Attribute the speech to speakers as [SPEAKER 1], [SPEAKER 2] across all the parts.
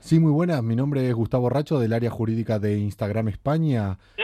[SPEAKER 1] Sí, muy buenas. Mi nombre es Gustavo Racho del área jurídica de Instagram España.
[SPEAKER 2] ¿Sí?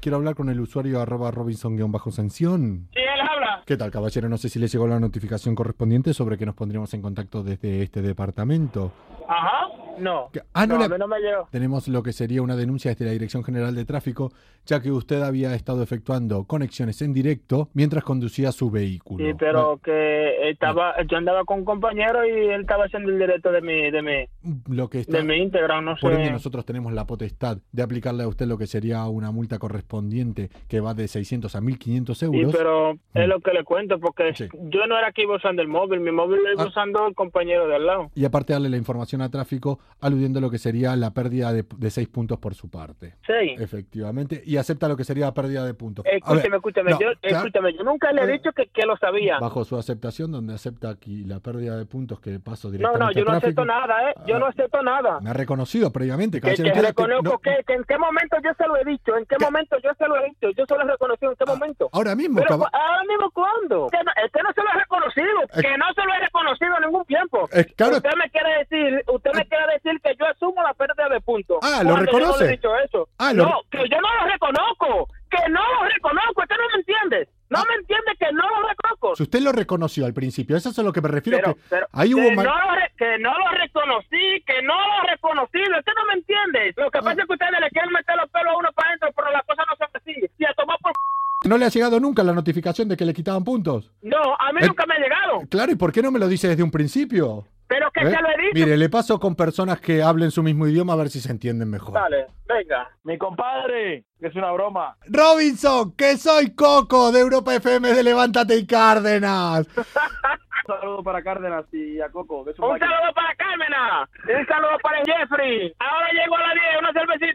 [SPEAKER 1] Quiero hablar con el usuario arroba Robinson-Sanción.
[SPEAKER 2] Sí, él habla.
[SPEAKER 1] ¿Qué tal, caballero? No sé si le llegó la notificación correspondiente sobre que nos pondríamos en contacto desde este departamento.
[SPEAKER 2] Ajá. No.
[SPEAKER 1] Que- Ah, no,
[SPEAKER 2] no,
[SPEAKER 1] la-
[SPEAKER 2] a mí no me llegó.
[SPEAKER 1] Tenemos lo que sería una denuncia desde la Dirección General de Tráfico, ya que usted había estado efectuando conexiones en directo mientras conducía su vehículo.
[SPEAKER 2] Sí, pero que estaba, yo andaba con un compañero y él estaba haciendo el directo de mi, de mi,
[SPEAKER 1] Lo que está-
[SPEAKER 2] de mi Instagram, no
[SPEAKER 1] Ah. Por ende,
[SPEAKER 2] sé.
[SPEAKER 1] nosotros tenemos la potestad de aplicarle a usted lo que sería una multa correspondiente que va de 600 a 1500
[SPEAKER 2] Sí,
[SPEAKER 1] euros.
[SPEAKER 2] pero es lo que le cuento, porque
[SPEAKER 1] Mm. Sí.
[SPEAKER 2] yo no era que iba usando el móvil, mi móvil lo iba
[SPEAKER 1] Ah.
[SPEAKER 2] usando el compañero de al lado.
[SPEAKER 1] Y aparte darle la información a tráfico, aludiendo a lo que sería la pérdida de, de 6 puntos por su parte.
[SPEAKER 2] Sí. Eh,
[SPEAKER 1] Efectivamente. Y acepta lo que sería la pérdida de puntos. Eh, A ver,
[SPEAKER 2] Escúcheme, escúcheme,
[SPEAKER 1] no,
[SPEAKER 2] yo,
[SPEAKER 1] claro,
[SPEAKER 2] escúcheme, yo nunca le he
[SPEAKER 1] Eh,
[SPEAKER 2] dicho que, que lo sabía.
[SPEAKER 1] Bajo su aceptación, donde acepta aquí la pérdida de puntos que paso
[SPEAKER 2] No,
[SPEAKER 1] directamente
[SPEAKER 2] no, yo
[SPEAKER 1] a
[SPEAKER 2] no
[SPEAKER 1] tráfico.
[SPEAKER 2] acepto nada, ¿eh? Yo no
[SPEAKER 1] Ah.
[SPEAKER 2] acepto nada.
[SPEAKER 1] Me ha reconocido previamente.
[SPEAKER 2] Que,
[SPEAKER 1] caballero.
[SPEAKER 2] que
[SPEAKER 1] Entiendo que
[SPEAKER 2] reconozco
[SPEAKER 1] no-
[SPEAKER 2] que, que en qué momento yo se lo he dicho, en qué momento yo se lo he dicho, yo se lo he reconocido
[SPEAKER 1] Ah,
[SPEAKER 2] en qué momento.
[SPEAKER 1] Ahora mismo,
[SPEAKER 2] Pero,
[SPEAKER 1] caba-
[SPEAKER 2] ¿Ahora mismo cuándo? Que no, este no se lo ha reconocido,
[SPEAKER 1] Eh,
[SPEAKER 2] que no se lo he reconocido en ningún tiempo.
[SPEAKER 1] Eh, claro. Eh,
[SPEAKER 2] Usted me quiere decir, usted me quiere decir que yo asumo la pérdida de puntos.
[SPEAKER 1] Ah, ¿lo
[SPEAKER 2] Cuando yo no le he
[SPEAKER 1] reconoce?
[SPEAKER 2] dicho eso.
[SPEAKER 1] Ah, lo-
[SPEAKER 2] No, que yo no lo reconozco, que no lo reconozco, usted no me entiende. No
[SPEAKER 1] Ah.
[SPEAKER 2] me entiende que no lo reconozco.
[SPEAKER 1] Si usted lo reconoció al principio, eso es a lo que me refiero.
[SPEAKER 2] Pero,
[SPEAKER 1] que
[SPEAKER 2] pero,
[SPEAKER 1] ahí hubo
[SPEAKER 2] que,
[SPEAKER 1] ma-
[SPEAKER 2] no lo re- que no lo reconocí, que no lo reconocí, usted no me entiende. Lo que
[SPEAKER 1] Ah.
[SPEAKER 2] pasa es que ustedes le quieren meter los pelos a uno para adentro, pero las cosas no son así. Y a tomar por...
[SPEAKER 1] ¿No le ha llegado nunca la notificación de que le quitaban puntos?
[SPEAKER 2] No, a mí
[SPEAKER 1] Eh.
[SPEAKER 2] nunca me ha llegado.
[SPEAKER 1] Claro, ¿y por qué no me lo dice desde un principio?
[SPEAKER 2] Pero que
[SPEAKER 1] ¿Eh?
[SPEAKER 2] ya lo he dicho.
[SPEAKER 1] Mire, le paso con personas que hablen su mismo idioma a ver si se entienden mejor.
[SPEAKER 2] Dale, venga.
[SPEAKER 3] Mi compadre, que es una broma.
[SPEAKER 1] Robinson, que soy Coco de Europa FM de Levántate y Cárdenas.
[SPEAKER 3] Un saludo para Cárdenas y a Coco, que es un
[SPEAKER 2] Un
[SPEAKER 3] máquina.
[SPEAKER 2] saludo para Carmena. Un saludo para Jeffrey. Ahora llego a las 10, una cervecita.